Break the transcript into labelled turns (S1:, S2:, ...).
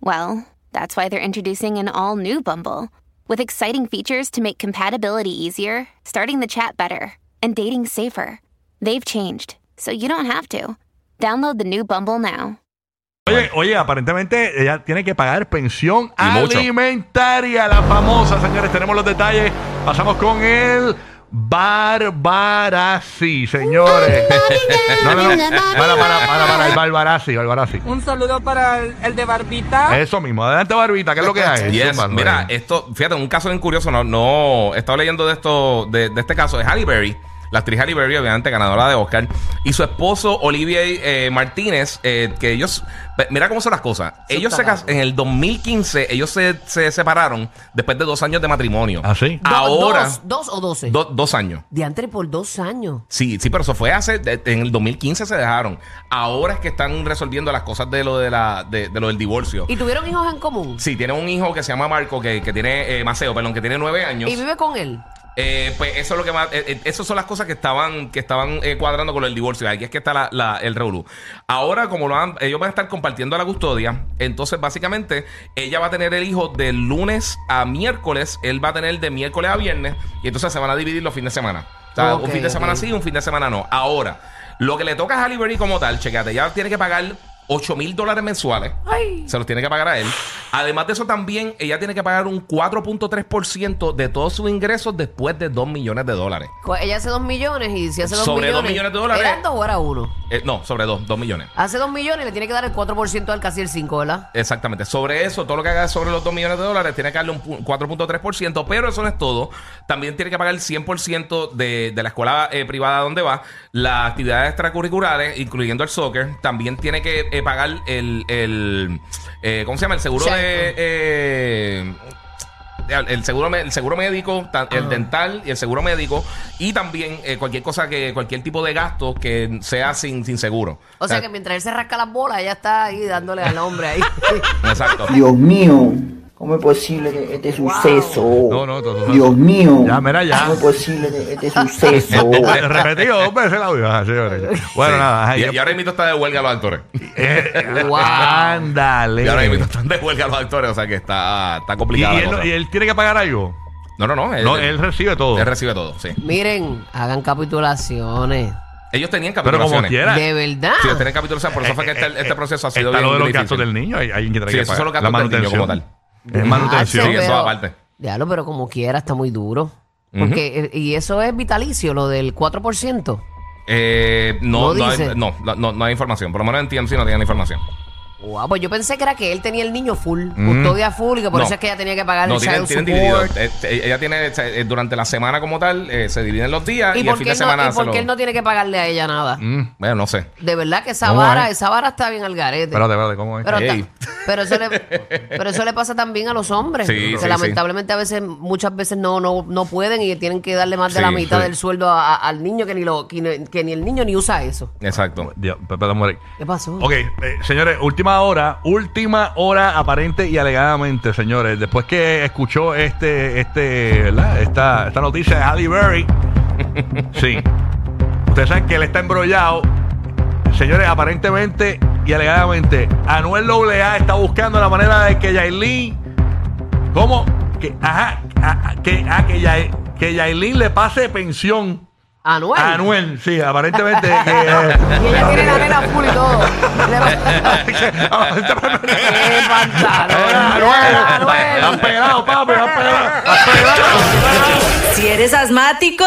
S1: well, that's why they're introducing an all new Bumble with exciting features to make compatibility easier, starting the chat better, and dating safer. They've changed, so you don't have to. Download the new Bumble now.
S2: Oye, oye, aparentemente ella tiene que pagar pensión
S3: Y mucho.
S2: alimentaria, la famosa, señores. Tenemos los detalles. Pasamos con el Barbarazzi, señores. No, no, no. Para, para, para, para, el Barbarazzi, Barbarazzi.
S4: Un saludo para el, el de
S3: Eh,
S4: Barbita.
S2: Eso mismo. Adelante, Barbita, ¿qué es lo que hay?
S3: Yes,
S2: Zumba,
S3: mira, eh,
S2: Noel.
S3: esto, fíjate, un caso bien curioso, no, no, he estado leyendo de esto, de, de este caso, de Halle Berry, la actriz Halle Berry, obviamente ganadora de Oscar, y su esposo Olivier eh, Martínez, eh, que ellos, pe- mira cómo son las cosas, ellos se cas- en el 2015, ellos se, se separaron después de dos años de matrimonio.
S2: ¿Ah, sí?
S4: Do-
S3: Ahora,
S4: Dos, dos o doce.
S3: do- dos años.
S4: Diantre por dos años.
S3: Sí, sí, pero eso fue hace, de- en el 2015 se dejaron. Ahora es que están resolviendo las cosas de lo, de la, de, de lo del divorcio.
S4: ¿Y tuvieron hijos en común?
S3: Sí, tiene un hijo que se llama Marco, que, que tiene, eh, Maceo, perdón, que tiene nueve años.
S4: ¿Y vive con él?
S3: Eh, pues eso es lo que más, eh, eh, esas son las cosas que estaban, que estaban eh, cuadrando con el divorcio. Aquí es que está la, la- el revolú. Ahora, como lo han- ellos van a estar compartiendo la custodia, entonces básicamente ella va a tener el hijo de lunes a miércoles, él va a tener de miércoles a viernes, y entonces se van a dividir los fines de semana. O sea,
S4: Ok,
S3: un fin de semana
S4: ok.
S3: sí, un fin de semana no. Ahora, lo que le toca a Halle Berry como tal, checate, ella tiene que pagar 8 mil dólares mensuales. Se los tiene que pagar a él. Además de eso, también ella tiene que pagar un 4.3% de todos sus ingresos después de 2 millones de dólares.
S4: Co- Ella hace dos millones y si hace dos
S3: Sobre
S4: millones.
S3: dos millones de dólares.
S4: ¿Eran dos o era uno?
S3: Eh, no, sobre 2, 2 millones.
S4: Hace dos millones y le tiene que dar el 4% al casi el 5, ¿verdad?
S3: Exactamente. Sobre eso, todo lo que haga sobre los 2 millones de dólares, tiene que darle un pu- 4.3%, pero eso no es todo. También tiene que pagar el 100% de, de la escuela eh, privada donde va, las actividades extracurriculares, incluyendo el soccer. También tiene que eh, pagar el, el eh, ¿cómo se llama? El seguro
S4: Exacto.
S3: de... eh, el el seguro me- el seguro médico ta- el dental y el seguro médico y también eh, cualquier cosa que cualquier tipo de gasto que sea sin, sin seguro Eh,
S4: O sea que mientras él se rasca las bolas, ella está ahí dándole al hombre ahí.
S3: exacto
S5: Dios mío, ¿cómo es posible que este suceso?
S2: No, no, todo- todo-
S5: Dios mío,
S2: Ya, mira, ya.
S5: ¿cómo es posible que este suceso?
S2: Bueno, Ah, Repetido dos veces el audio. Ah, señores. Bueno, nada. ay,
S3: y, y ahora mismo está de huelga los actores.
S2: eh,
S4: Wow.
S3: Ah. Y ahora mismo
S2: Ándale.
S3: están de huelga los actores, o sea que está, está
S2: Y, y
S3: complicada la
S2: él,
S3: cosa.
S2: no- y él tiene que pagar algo.
S3: no, no, no. Él,
S2: No,
S3: él-
S2: él recibe todo.
S3: él recibe todo, sí.
S4: Miren, hagan capitulaciones.
S3: Ellos tenían
S2: Pero
S3: capitulaciones.
S2: como quiera. Ah, eh,
S4: De verdad.
S3: Sí, ellos tenían capitulaciones, por eso fue que este, este proceso ha sido
S2: Está
S3: bien
S2: lo de los
S3: difícil.
S2: gastos del niño. Hay, hay quien tiene
S3: Sí,
S2: que
S3: esos
S2: pagar.
S3: son los gastos
S2: La
S3: del niño como
S2: manutención.
S3: tal.
S2: Es manutención.
S3: Ah, sí, eso aparte.
S4: Diablo, pero como quiera, está muy duro. Porque, eh, y eso es vitalicio, lo del 4%.
S3: Eh, no,
S4: ¿No
S3: no, hay,
S4: dice?
S3: no, no, no- no hay información. Por lo menos en TMC no tenían la información.
S4: Wow, pues yo pensé que era que él tenía el niño full, custodia full, y que por
S3: No.
S4: eso es que ella tenía que pagar
S3: No,
S4: el
S3: tienen,
S4: child
S3: tienen dividido.
S4: support.
S3: Eh, eh, ella tiene, eh, durante la semana como tal, eh, se dividen los días y,
S4: ¿Y,
S3: el
S4: por
S3: fin
S4: qué,
S3: de
S4: él no,
S3: semana
S4: y por
S3: se
S4: qué
S3: lo-
S4: él no tiene que pagarle a ella nada?
S3: Mm, Bueno, no sé.
S4: De verdad que esa
S2: ¿Cómo
S4: vara,
S2: es?
S4: esa vara está bien al garete.
S2: Espérate, espérate, ¿cómo es?
S4: Pero,
S3: Ey.
S4: ta- pero, eso le, pero eso le pasa también a los hombres.
S3: Sí,
S4: que
S3: sí,
S4: lamentablemente a veces, muchas veces no, no, no pueden y tienen que darle más de
S3: Sí,
S4: la mitad
S3: sí.
S4: del sueldo a- a- al niño que ni, lo, que, ni- que ni el niño ni usa eso.
S3: Exacto.
S2: Dios, espérate, muere.
S4: ¿Qué pasó?
S2: Ok, eh, señores, última hora, última hora aparente y alegadamente, señores. Después que escuchó este, este, ¿verdad? Esta, esta noticia de Halle Berry, sí. Ustedes saben que él está embrollado. Señores, aparentemente y alegadamente, Anuel AA está buscando la manera de que Yailin, ¿cómo? Que, ajá, a- a- que, a, que, Yai- que Yailin le pase pensión
S4: Anuel.
S2: a Anuel, sí, aparentemente. que, eh,
S4: Y ella tiene la nena full y todo. Le va- ¡Qué pantalón!
S2: Han pegado, papi, han pegado.
S6: Si eres asmático,